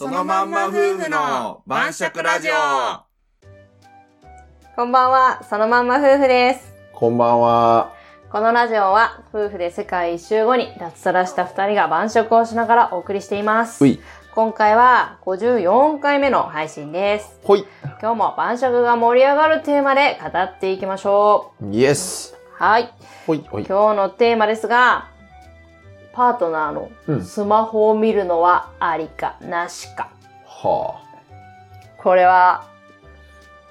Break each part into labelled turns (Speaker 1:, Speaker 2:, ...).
Speaker 1: のまんま夫婦の晩酌ラジオ
Speaker 2: こんばんは、そのまんま夫婦です。
Speaker 3: こんばんは。
Speaker 2: このラジオは、夫婦で世界一周後に脱サラした二人が晩食をしながらお送りしています
Speaker 3: う。い。
Speaker 2: 今回は54回目の配信です。
Speaker 3: ほい。
Speaker 2: 今日も晩食が盛り上がるテーマで語っていきましょ
Speaker 3: イエス
Speaker 2: う。。はい。
Speaker 3: ほい、ほい。
Speaker 2: 今日のテーマですが、パートナー
Speaker 3: う
Speaker 2: の
Speaker 3: ん
Speaker 2: スマホを見るのはありかなしか。
Speaker 3: は
Speaker 2: これは、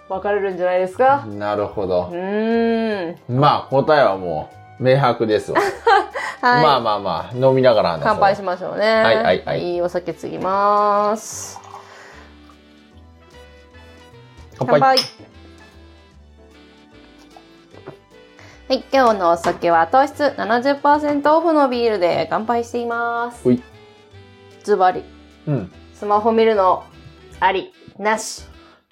Speaker 2: 分かれるんじゃないです
Speaker 3: あ。
Speaker 2: か
Speaker 3: なるほ
Speaker 2: う
Speaker 3: ど。
Speaker 2: ーん。はい。
Speaker 3: まあ、答えはもう、明白です わ。まあまあまあ、飲みながら話そう
Speaker 2: 乾杯しましょうね。はい
Speaker 3: はいはい
Speaker 2: お酒つぎます。
Speaker 3: 乾杯。
Speaker 2: はい、今日のお酒は糖質70%オフのビールで乾杯しています。
Speaker 3: ほい。
Speaker 2: ズバリ、
Speaker 3: うん。
Speaker 2: スマホ見るのあり、なし。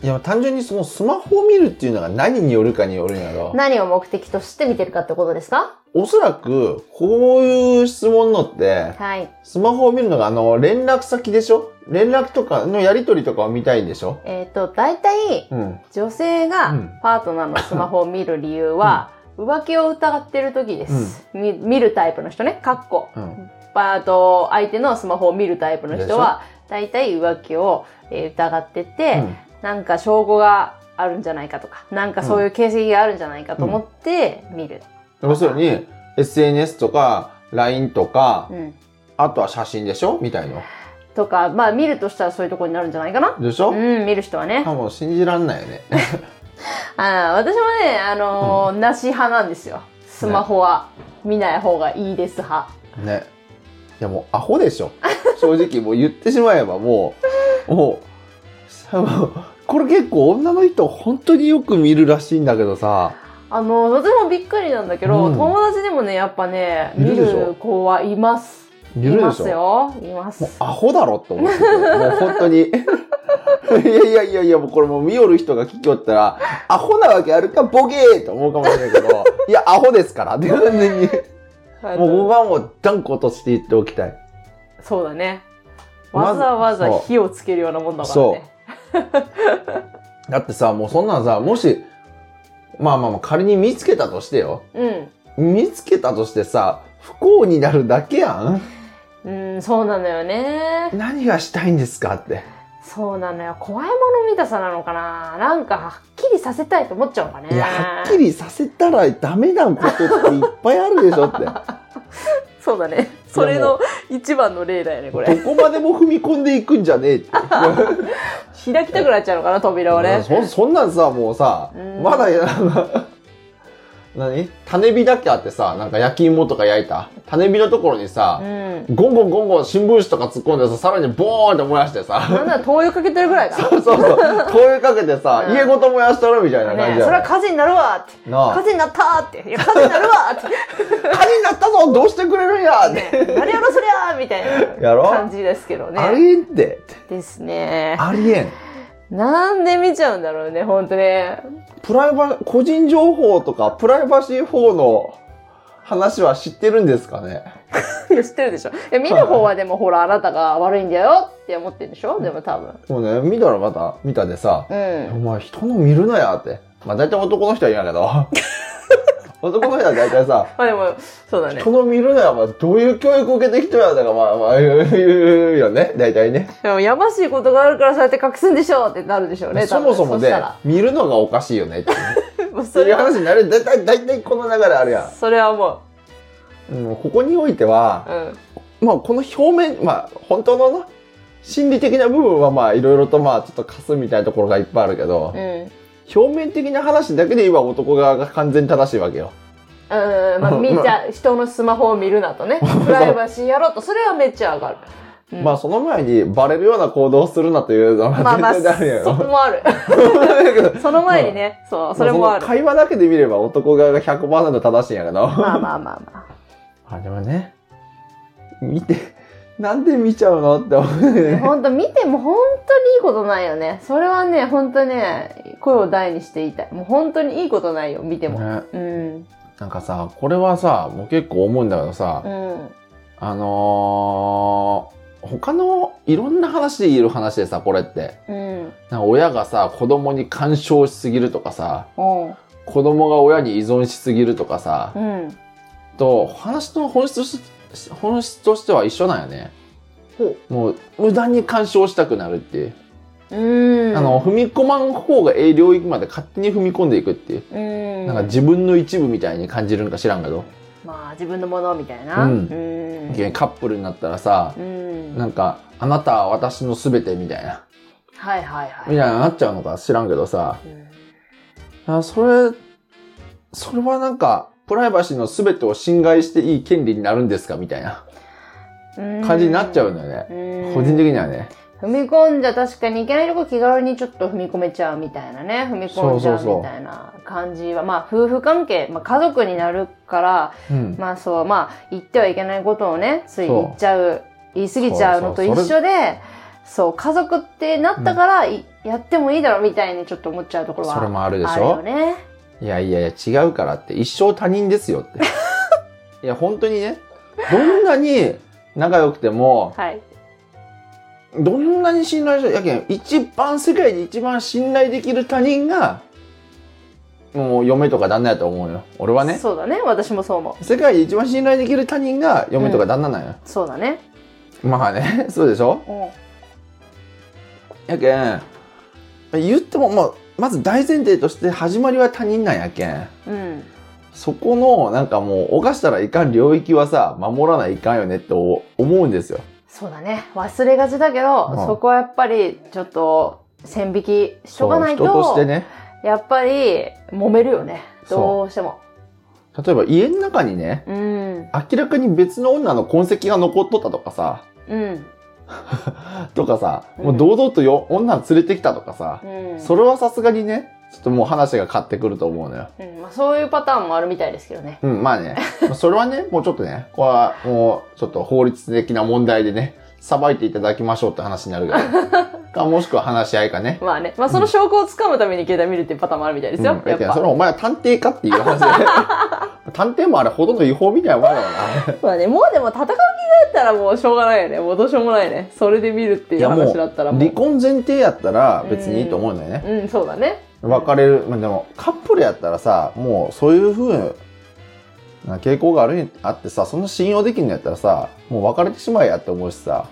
Speaker 3: いや、単純にそのスマホを見るっていうのが何によるかによるんやろ。
Speaker 2: 何を目的として見てるかってことですか
Speaker 3: おそらく、こういう質問のって、
Speaker 2: はい。
Speaker 3: スマホを見るのが、あの、連絡先でしょ連絡とかのやりとりとかを見たいんでしょ
Speaker 2: えっ、と、大体、
Speaker 3: うん。
Speaker 2: 女性
Speaker 3: う
Speaker 2: が
Speaker 3: ん
Speaker 2: パートナーのスマホを見る理由は、浮気を疑ってる時です。み見るタイプの人ね。かっこ。
Speaker 3: うん。
Speaker 2: パート相手のスマホを見るタイプの人は大体浮気をえー疑ってて、
Speaker 3: うん
Speaker 2: なんか証拠があるんじゃないかとかなんかそういう形跡があるんじゃないかと思って見る、
Speaker 3: 要するに、SNS とか、LINE とか
Speaker 2: う、ん
Speaker 3: あとは写真でしょみたいの。
Speaker 2: とかまあ見るとしたらそういうとこになるんじゃないかな
Speaker 3: でしょ、
Speaker 2: うん見る人はね
Speaker 3: あもう信じらんないよね。
Speaker 2: あー私もねあのーなし派なんですよスマホは見ない方がいいです派
Speaker 3: ね。いやもうアホでしょ。正直もう言ってしまえばもう、もうさ、もうこれ結構女の人本当によく見るらしいんだけどさ、
Speaker 2: あのー私もびっくりなんだけど、
Speaker 3: うん
Speaker 2: 友達でもねやっぱね見
Speaker 3: いるでしょ
Speaker 2: る子はいます
Speaker 3: 見る
Speaker 2: いま
Speaker 3: ですしょ。
Speaker 2: よいます
Speaker 3: もうアホだろって思ってて、もう本当に。いやいやいやいや、もうこれもう見よる人が聞きよったら、アホなわけあるかボケーと思うかもしれないけど、いや、アホですからって完全に。
Speaker 2: あ
Speaker 3: もう
Speaker 2: の
Speaker 3: 僕はもう断固として言っておきたい。
Speaker 2: そうだね。わ
Speaker 3: まず
Speaker 2: ざわざ火をつけるようなもんだからね。
Speaker 3: だってさ、もうそんなんさ、もし、まあまあまあ仮に見つけたとしてよ。
Speaker 2: うん。
Speaker 3: 見つけたとしてさ、不幸になるだけやん。
Speaker 2: うん、そうなのよね。
Speaker 3: 何がしたいんですかって。
Speaker 2: そうなのよ。怖いもの見たさなのかな。なんか、はっきりさせたいと思っちゃうのかね。
Speaker 3: いや、はっきりさせたらダメなことっていっぱいあるでしょって。
Speaker 2: そうだね。それの一番の例だよね、これ。
Speaker 3: どこまでも踏み込んでいくんじゃねえって。
Speaker 2: 開きたくなっちゃうのかな、扉をね。
Speaker 3: そそんなんさ、もうさ
Speaker 2: うん、
Speaker 3: まだ、 何種火だけあってさ、なんか焼き芋とか焼いた。種火のところにさ、
Speaker 2: うん。
Speaker 3: ゴンゴンゴンゴン新聞紙とか突っ込んでさ、さらにボーンって燃やして
Speaker 2: なん
Speaker 3: さ。
Speaker 2: なら灯油かけてるぐらいかな。
Speaker 3: そうそうそう。灯油かけてさ、
Speaker 2: うん
Speaker 3: 家ごと燃やしとるみたいな感
Speaker 2: ね
Speaker 3: じ
Speaker 2: それ
Speaker 3: だよ。
Speaker 2: は火事になるわって。
Speaker 3: な
Speaker 2: 火
Speaker 3: あ。
Speaker 2: 事になったーって。いや、火事になるわーって。
Speaker 3: 火事になったぞどうしてくれるんやって。
Speaker 2: ね、何やろそりゃーみたい
Speaker 3: や
Speaker 2: な
Speaker 3: ろ
Speaker 2: 感じですけど
Speaker 3: あ
Speaker 2: ね。
Speaker 3: りえんって。
Speaker 2: ですね。
Speaker 3: ありえん。
Speaker 2: なんで見ちゃうんだろうね、ほんとね。
Speaker 3: プライバ、個人情報とかプライバシー法の話は知ってるんですかね
Speaker 2: いや知ってるでしょ。いや見る方はでもほら、あなたが悪いんだよって思ってるでしょでも多分。
Speaker 3: もうね、見たらまた、見たでさ、
Speaker 2: うん。
Speaker 3: お前人の見るなやって。まあ大体男の人は言うんやけど。 男の人は大体さ、
Speaker 2: まあでも、そうだね。
Speaker 3: 人の見るのは、まあ、どういう教育を受けてきたやだから、まあ、まあ、言う言う言うよね、大体ね。
Speaker 2: でも、やましいことがあるからそうやって隠すんでしょうってなるでしょうね、
Speaker 3: そもそもで
Speaker 2: 多分、
Speaker 3: 見るのがおかしいよねっていう。
Speaker 2: そしたら。もう
Speaker 3: そ
Speaker 2: そう
Speaker 3: いう
Speaker 2: れは、
Speaker 3: 話になる。大体、大体この流れあるや
Speaker 2: それはも
Speaker 3: ん。うん、ここにおいて
Speaker 2: う、
Speaker 3: は、
Speaker 2: うん。
Speaker 3: まあ、この表面、まあ、本当のな、心理的な部分は、まあ、いろいろと、まあ、ちょっと貸すみたいなところがいっぱいあるけど、
Speaker 2: うん。
Speaker 3: 表面的な話だけで今男側が完全に正しいわけよ。
Speaker 2: うん、 まあ、見ちゃ、人のスマホを見るなとね。プライバシーやろうと、それはめっちゃ上がる。うん
Speaker 3: まあ、その前に、バレるような行動をするなというのは、
Speaker 2: まあまあ、
Speaker 3: 全
Speaker 2: そ
Speaker 3: 然あるや
Speaker 2: こ
Speaker 3: ろ。
Speaker 2: も ある。その前にね、そう、それもある
Speaker 3: その。会話だけで見れば男側が100%正しいんやけど。
Speaker 2: まあまあまあま
Speaker 3: あ、でもね、見て、なんで見ちゃうのって思
Speaker 2: あ。
Speaker 3: う。
Speaker 2: ほんと、見ても本当にいいことないよね。それはね、本当ね、声を大にして言いたい。もう本当にいいことないよ、見ても。
Speaker 3: ね、
Speaker 2: うん。
Speaker 3: なんかさ、これはさ、もう結構思うんだけどさ、
Speaker 2: うん。
Speaker 3: あのー、他のいろんな話で言える話でさ、これって。
Speaker 2: うん。
Speaker 3: なんか親がさ、子供に干渉しすぎるとかさ、
Speaker 2: おう。
Speaker 3: 子供が親に依存しすぎるとかさ
Speaker 2: う、ん。
Speaker 3: と、話の本質とし本質としては一緒なんよね。
Speaker 2: ほ
Speaker 3: もう、無駄に干渉したくなるっていう。
Speaker 2: う。うん。
Speaker 3: あの、、踏み込まん方がええ領域まで勝手に踏み込んでいくっていう。
Speaker 2: うん。
Speaker 3: なんか自分の一部みたいに感じるんか知らんけど。
Speaker 2: まあ自分のものみたいな。
Speaker 3: うん
Speaker 2: うん。
Speaker 3: カップルになったらさ
Speaker 2: う、ん。
Speaker 3: なんか、あなたは私のすべてみたいな、
Speaker 2: はいはい
Speaker 3: みた
Speaker 2: はいい。
Speaker 3: なのになっちゃうのか知らんけどさ、
Speaker 2: うん
Speaker 3: あそれ、それはなんか、プライバシーのすべてを侵害していい権利になるんですかみたいな感じになっちゃうんだよね。
Speaker 2: うん
Speaker 3: 個人的にはね。
Speaker 2: 踏み込んじゃ確かにいけないとこ気軽にちょっと踏み込めちゃうみたいなね踏み込んじゃ
Speaker 3: そうそうそう
Speaker 2: うみたいな感じはまあ夫婦関係、まあ、家族になるから
Speaker 3: うん。
Speaker 2: まあそうまあ言ってはいけないことをねつい
Speaker 3: そう
Speaker 2: 言っちゃう言い過ぎちゃうのと一
Speaker 3: そうそうそ
Speaker 2: 緒でそう家族ってなったから、いやってもいいだろみたいにちょっと思っちゃうところは
Speaker 3: それもあるでし
Speaker 2: あるよ
Speaker 3: ょ
Speaker 2: ね。
Speaker 3: いやいやいや、違うからって、一生他人ですよって。 いや、本当にね、どんなに仲良くても、
Speaker 2: はい
Speaker 3: どんなに信頼してやけん一番世界で一番信頼できる他人がもう嫁とか旦那やと思うよ俺はね
Speaker 2: そうだね私もそう思
Speaker 3: 世界で一番信頼できる他人が嫁とか旦那なんよ、
Speaker 2: うそうだね
Speaker 3: まあね そうでしょ
Speaker 2: うん
Speaker 3: やけん言っても、まあ、まず大前提として始まりは他人なんやけん
Speaker 2: うん
Speaker 3: そこのなんかもう犯したらいかん領域はさ守らないかんよねって思うんですよ
Speaker 2: そうだね忘れがちだけど、
Speaker 3: うん
Speaker 2: そこはやっぱりちょっと線引きしとかないと
Speaker 3: そう人としてね
Speaker 2: やっぱり揉めるよね
Speaker 3: そう
Speaker 2: どうしても
Speaker 3: 例えば家の中にね
Speaker 2: うん
Speaker 3: 明らかに別の女の痕跡が残っとったとかさ、
Speaker 2: うん
Speaker 3: とかさ、
Speaker 2: うん
Speaker 3: もう堂々とよ女連れてきたとかさ、
Speaker 2: うん
Speaker 3: それはさすがにね、ちょっともう話が変わってくると思うのよ。
Speaker 2: うんまあ、そういうパターンもあるみたいですけどね
Speaker 3: うん、まあ ね、それはね、もうちょっとね、これはもうちょっと法律的な問題でね、裁いていただきましょうって話になる から。か、もしくは話し合いかね。
Speaker 2: まあね、まあ、その証拠をつかむために携帯見るっていうパターンもあるみたいですよ、
Speaker 3: うん、
Speaker 2: やっ
Speaker 3: いやそれ
Speaker 2: ぱ
Speaker 3: お前は探偵かっていう 話で。探偵もあれほとんど違法みたいなもんだから な。
Speaker 2: まあねもうでも戦う気があったらもうしょうがないよねもうどうしようもないねそれで見るっていう話だったらもう
Speaker 3: 離婚前提やったら別にいいと思うんだよね。
Speaker 2: うんそうだね
Speaker 3: 別れる、まあ、でもカップルやったらさもうそういう風な傾向があるにあってさそんな信用できんのやったらさもう別れてしまえやって思うしさ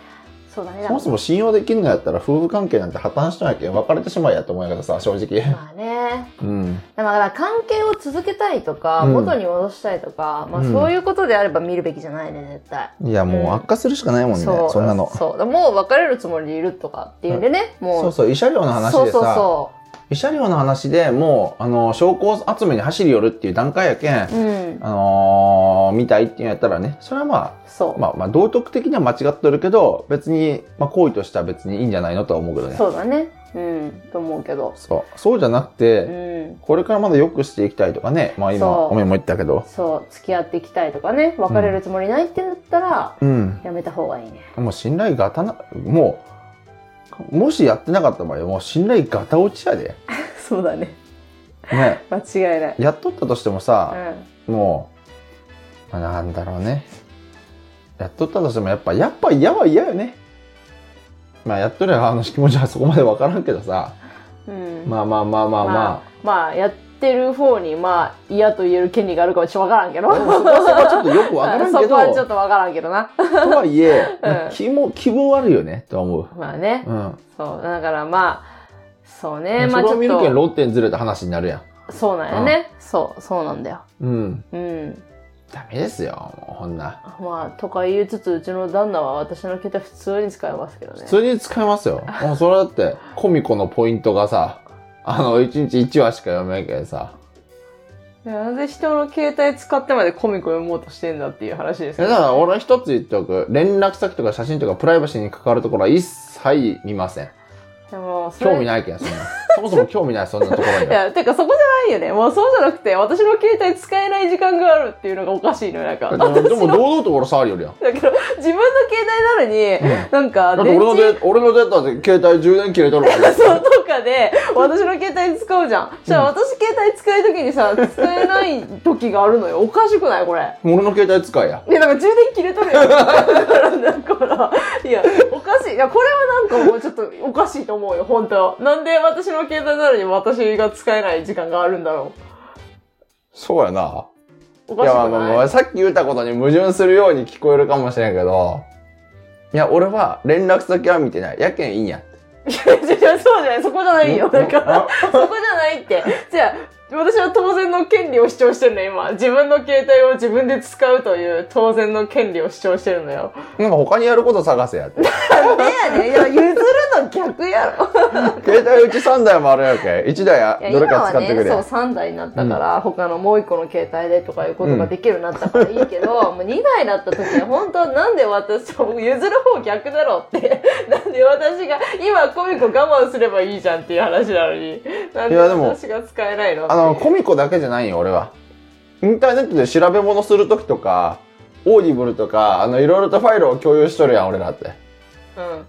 Speaker 2: そうだね
Speaker 3: そもそも信用できんのやったら夫婦関係なんて破綻しとんやけん別れてしまえやって思うんやけどさ正直
Speaker 2: まあね
Speaker 3: うん
Speaker 2: だから関係を続けたいとか、
Speaker 3: うん
Speaker 2: 元に戻したいとか、まあ、
Speaker 3: うん
Speaker 2: そういうことであれば見るべきじゃないね絶対、
Speaker 3: いやもう悪化するしかないもんね、
Speaker 2: そう
Speaker 3: そんなの
Speaker 2: そうもう別れるつもりでいるとかっていうんでね、もう
Speaker 3: そうそう慰謝料の話でさ
Speaker 2: そうそうそ
Speaker 3: 慰謝料の話でもうあの証拠集めに走り寄るっていう段階やけん、
Speaker 2: ううん
Speaker 3: あのー、みたいっていうんやったらねそれはまあ
Speaker 2: そう、
Speaker 3: まあ、まあ道徳的には間違っとるけど別に、まあ、行為としては別にいいんじゃないのとは思うけどねそう
Speaker 2: そうだねうんと思うけど
Speaker 3: そうじゃなく
Speaker 2: う
Speaker 3: て、
Speaker 2: ん
Speaker 3: これからまだ良くしていきたいとかねまあ今
Speaker 2: そう
Speaker 3: おめも言ったけど
Speaker 2: そう付き合っていきたいとかね別れるつもりないってなったら、
Speaker 3: うん
Speaker 2: やめた方がいいね
Speaker 3: もう信頼がたなもうもしやってなかった場合もう信頼がた落ちやで
Speaker 2: そうだね
Speaker 3: ね
Speaker 2: 間違いない
Speaker 3: やっとったとしても
Speaker 2: う
Speaker 3: さ、
Speaker 2: ん
Speaker 3: もう、まあなんだろうねやっとったとしてもやっぱやっぱ嫌は嫌よねまあやっとりゃあの気持ちはそこまでわからんけどさ
Speaker 2: うん
Speaker 3: まあまあまあまあまあ、
Speaker 2: まあ、まあやってる方にまあ嫌と言える権利があるかはちょっとわからんけど
Speaker 3: でもそこはそこはちょっとよくわからんけ
Speaker 2: そこはちょっ
Speaker 3: ど、
Speaker 2: とわからんけどな
Speaker 3: とはいえ、
Speaker 2: うん
Speaker 3: 気も、希望あるよね、とは思う。
Speaker 2: まあね、
Speaker 3: うん。
Speaker 2: そう、だからまあ、そうね、ま
Speaker 3: そ
Speaker 2: あ
Speaker 3: れ
Speaker 2: ち
Speaker 3: を見る
Speaker 2: ょ
Speaker 3: けん
Speaker 2: っ
Speaker 3: 論点ずれた話になるや
Speaker 2: と、そうなんよね、そう、そうなんだよ。
Speaker 3: ん。うん。
Speaker 2: うん。
Speaker 3: ダメですよ、もうこんな。
Speaker 2: まあ、とか言いつつ、うちの旦那は私の携帯普通に使いますけどね
Speaker 3: 普。通に使えます よ。もうそれだって、コミコのポイントがさ、あの、1日1話しか読めんけんさ。
Speaker 2: いやなぜ人の携帯使ってまでコミコ読もうとしてんだっていう話です
Speaker 3: だ
Speaker 2: け
Speaker 3: か
Speaker 2: ど
Speaker 3: ら俺は一つ言っておく。連絡先とか写真とかプライバシーに関わるところは一切見ません。
Speaker 2: でも、それ
Speaker 3: 興味ないけん、そんな。そもそも興味ない、そんなところに
Speaker 2: い
Speaker 3: は。
Speaker 2: や、てかそこじゃないよね。もうそうじゃなくて、私の携帯使えない時間があるっていうのがおかしいのよ、なんか。
Speaker 3: でも、でも堂々と俺触るよりやん。
Speaker 2: だけど、自分の携帯なのに、なんか、
Speaker 3: だって
Speaker 2: 電
Speaker 3: 俺の
Speaker 2: 池
Speaker 3: デ俺のデータで携帯充電切れとる わけだ
Speaker 2: そうとかで、私の携帯使うじゃん。じゃあ私携帯使い時にさ、使えない時があるのよ。おかしくないこれ。
Speaker 3: 俺の携帯使いや。
Speaker 2: いや、なんか充電切れと るやん。だから、だから、いや、おかしい。いや、これはなんかもうちょっとおかしいと思うよ、本当なんで私の携帯なのに私が使えない時間があるんだろ
Speaker 3: そうやな。
Speaker 2: う。お
Speaker 3: い
Speaker 2: かし
Speaker 3: や、
Speaker 2: く
Speaker 3: まあ
Speaker 2: ない
Speaker 3: まあまあ、さっき言ったことに矛盾するように聞こえるかもしれんけど、いや、俺は連絡先は見てない。やけんいいんや。
Speaker 2: いや違うそうじゃない、そこじゃないよ。
Speaker 3: ん
Speaker 2: だから
Speaker 3: あ、
Speaker 2: そこじゃないって。じゃあ、私は当然の権利を主張してるのよ、今。自分の携帯を自分で使うという当然の権利を主張してるのよ。
Speaker 3: なんか他にやること探せやって。
Speaker 2: なんでやねん。いや、譲るの逆やろ。
Speaker 3: 携帯うち3台もあるやけ。1台や
Speaker 2: いや、
Speaker 3: どれ
Speaker 2: 今
Speaker 3: か
Speaker 2: は
Speaker 3: 使ってく
Speaker 2: ね、
Speaker 3: れ
Speaker 2: そう
Speaker 3: や。
Speaker 2: 3台になったから、他のもう1個の携帯でとかいうことができるようになったからいいけど、 もう2台だった時は本当なんで私、もう譲る方逆だろうって。 なんで私が、今コミコ我慢すればいいじゃんっていう話なのに。なんで
Speaker 3: いやでも
Speaker 2: 私が使えないの
Speaker 3: あの、コミコだけじゃないよ、俺は。インターネットで調べ物するときとか、オーディブルとか、あの、いろいろとファイルを共有しとるやん、俺らって。
Speaker 2: うん。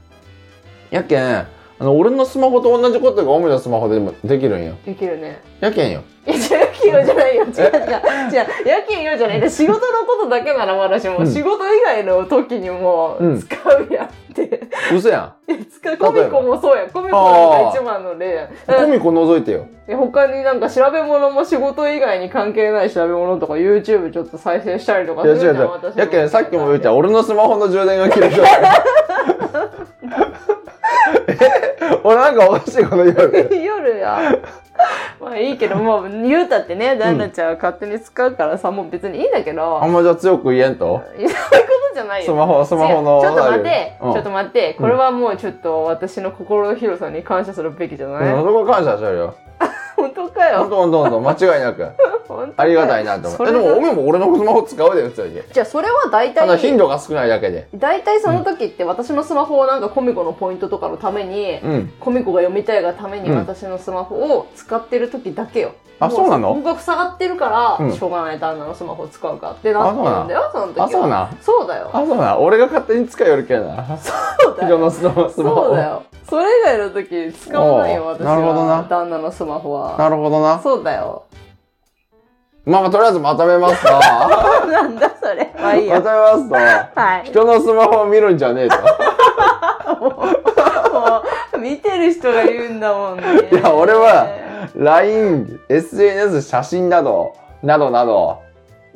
Speaker 3: やけん、あの、俺のスマホと同じことがオミのスマホでもできるんよ。
Speaker 2: できるね。
Speaker 3: やけんよ。
Speaker 2: いや、夜勤用じゃないよ。違う違う。違う。夜勤用じゃない。で仕事のことだけなら私も、
Speaker 3: うん
Speaker 2: 仕事以外の時にも
Speaker 3: う
Speaker 2: うん使うやんって。
Speaker 3: 嘘や
Speaker 2: いや使うコミコもそうやん。コミコなんか一番の例やん。
Speaker 3: ん。コミコ覗いてよ。
Speaker 2: で他になんか調べ物も仕事以外に関係ない調べ物とか YouTube ちょっと再生したりとか
Speaker 3: い
Speaker 2: す
Speaker 3: や
Speaker 2: るじ
Speaker 3: 違
Speaker 2: ゃ
Speaker 3: うん違う。やけん、さっきも言った
Speaker 2: よ。
Speaker 3: 俺のスマホの充電が切れてる。え 俺なんかおかしいこと言うわけ。
Speaker 2: 夜や。 まあいいけど、まあ言うたってね、旦那ちゃんは勝手に使うからさ、もう別にいいんだけど。
Speaker 3: あんまじゃあ強く言えんと
Speaker 2: いやそういうことじゃない
Speaker 3: ス
Speaker 2: よ。
Speaker 3: マホ、スマホの。
Speaker 2: 違うちょっと待って、
Speaker 3: うん
Speaker 2: ちょっと待って、これはもうちょっと私の心の広さに感謝するべきじゃない、
Speaker 3: うん、そこ感謝してるよ。
Speaker 2: 本当か
Speaker 3: ほん
Speaker 2: よ。
Speaker 3: とほんとほんと、間違いな く。
Speaker 2: 本当
Speaker 3: あ
Speaker 2: かよ
Speaker 3: りがたいなと思
Speaker 2: そ
Speaker 3: っ
Speaker 2: れ
Speaker 3: て。
Speaker 2: が
Speaker 3: でも、おめも俺のスマホ使うで、普通に。
Speaker 2: じゃあそれは大
Speaker 3: ただ頻
Speaker 2: 体、
Speaker 3: 度が少ないだけで。
Speaker 2: 大体その時って私のスマホをなんかコミコのポイントとかのために、
Speaker 3: うん。
Speaker 2: コミコが読みたいがために
Speaker 3: うん
Speaker 2: 私のスマホを使ってる時だけよ。
Speaker 3: あそうなの
Speaker 2: 音楽下がってるから、
Speaker 3: うん
Speaker 2: しょうがない旦那のスマホを使うかってなってるんだよ、その時は。
Speaker 3: あ、そうなん。
Speaker 2: そうだよ。
Speaker 3: あ、そうなん。俺が勝手に使いよるけんな。
Speaker 2: そうだよ
Speaker 3: 人。のスマホ。スマ
Speaker 2: そう
Speaker 3: ホ
Speaker 2: だよ。それ以外の時使わないよ、
Speaker 3: おう
Speaker 2: 私
Speaker 3: なるほど
Speaker 2: は
Speaker 3: な。
Speaker 2: 旦那のスマホは。
Speaker 3: なるほどな。
Speaker 2: そうだよ。
Speaker 3: まあまあ、とりあえずまとめますと。ま
Speaker 2: なんだそれ。まあいい
Speaker 3: とめ
Speaker 2: や。
Speaker 3: ますと。
Speaker 2: はい。
Speaker 3: 人のスマホを見るんじゃねえと。
Speaker 2: もう、見てる人が言うんだもんね。
Speaker 3: いや、俺は、LINE、SNS、写真など、などなど、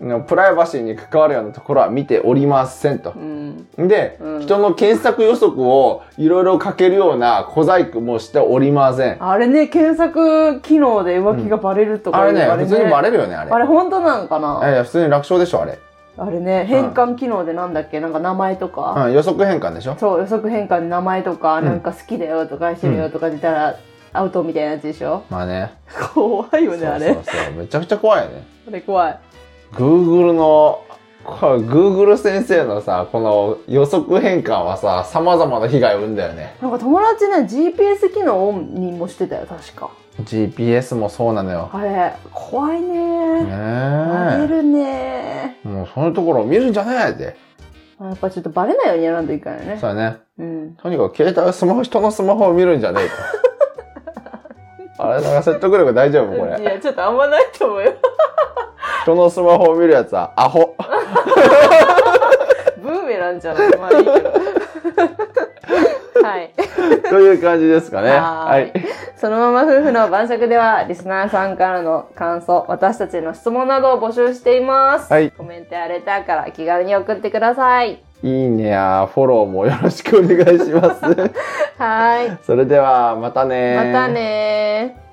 Speaker 3: のプライバシーに関わるようなところは見ておりませんと
Speaker 2: う。ん。
Speaker 3: で、
Speaker 2: うん
Speaker 3: 人の検索予測をいろいろかけるような小細工もしておりません。
Speaker 2: あれね、検索機能で浮気がバレるとか、
Speaker 3: あれね、普通にバ
Speaker 2: れ
Speaker 3: レるよね、あれ。
Speaker 2: あれ本当なんかない
Speaker 3: やいや、普通に楽勝でしょ、あれ。
Speaker 2: あれね、変換機能でなんだっけ、なんか名前とか、
Speaker 3: うん、予測変換でしょ。
Speaker 2: そう、予測変換で名前とか、
Speaker 3: ん
Speaker 2: なんか好きだよとか、愛してるよとか出たら、アウトみたいなやつでしょ
Speaker 3: まあね。
Speaker 2: 怖いよね、あれ。
Speaker 3: そうそうそう。めちゃくちゃ怖いよね。
Speaker 2: あれ怖い。
Speaker 3: Google の、これ Google 先生のさ、この予測変換はさ、様々な被害を生んだよね。
Speaker 2: なんか友達ね、GPS 機能オンにもしてたよ、確か。
Speaker 3: GPS もそうなのよ。
Speaker 2: あれ、怖いね。バレ
Speaker 3: ね
Speaker 2: るね。
Speaker 3: え。もうそういうところを見るんじゃないって。
Speaker 2: やっぱちょっとバレないようにやらんといかないね。
Speaker 3: そうだね。
Speaker 2: うん。
Speaker 3: とにかく携帯、スマホ、人のスマホを見るんじゃねえ と。あれ、なんか説得力大丈夫こ
Speaker 2: い
Speaker 3: れ。
Speaker 2: や、ちょっとあんまないと思うよ。
Speaker 3: 人のスマホを見るやつはアホ。
Speaker 2: ブーメランじゃない。まあいいけど。はい。
Speaker 3: という感じですかね。
Speaker 2: は
Speaker 3: は
Speaker 2: ーい
Speaker 3: い。
Speaker 2: そのまま夫婦の晩酌では、リスナーさんからの感想、私たちへの質問などを募集しています。
Speaker 3: はい
Speaker 2: コメントやレターから気軽に送ってください。
Speaker 3: いいねやフォローもよろ しくお願いします。
Speaker 2: はーい。
Speaker 3: それでは、またね
Speaker 2: またねー。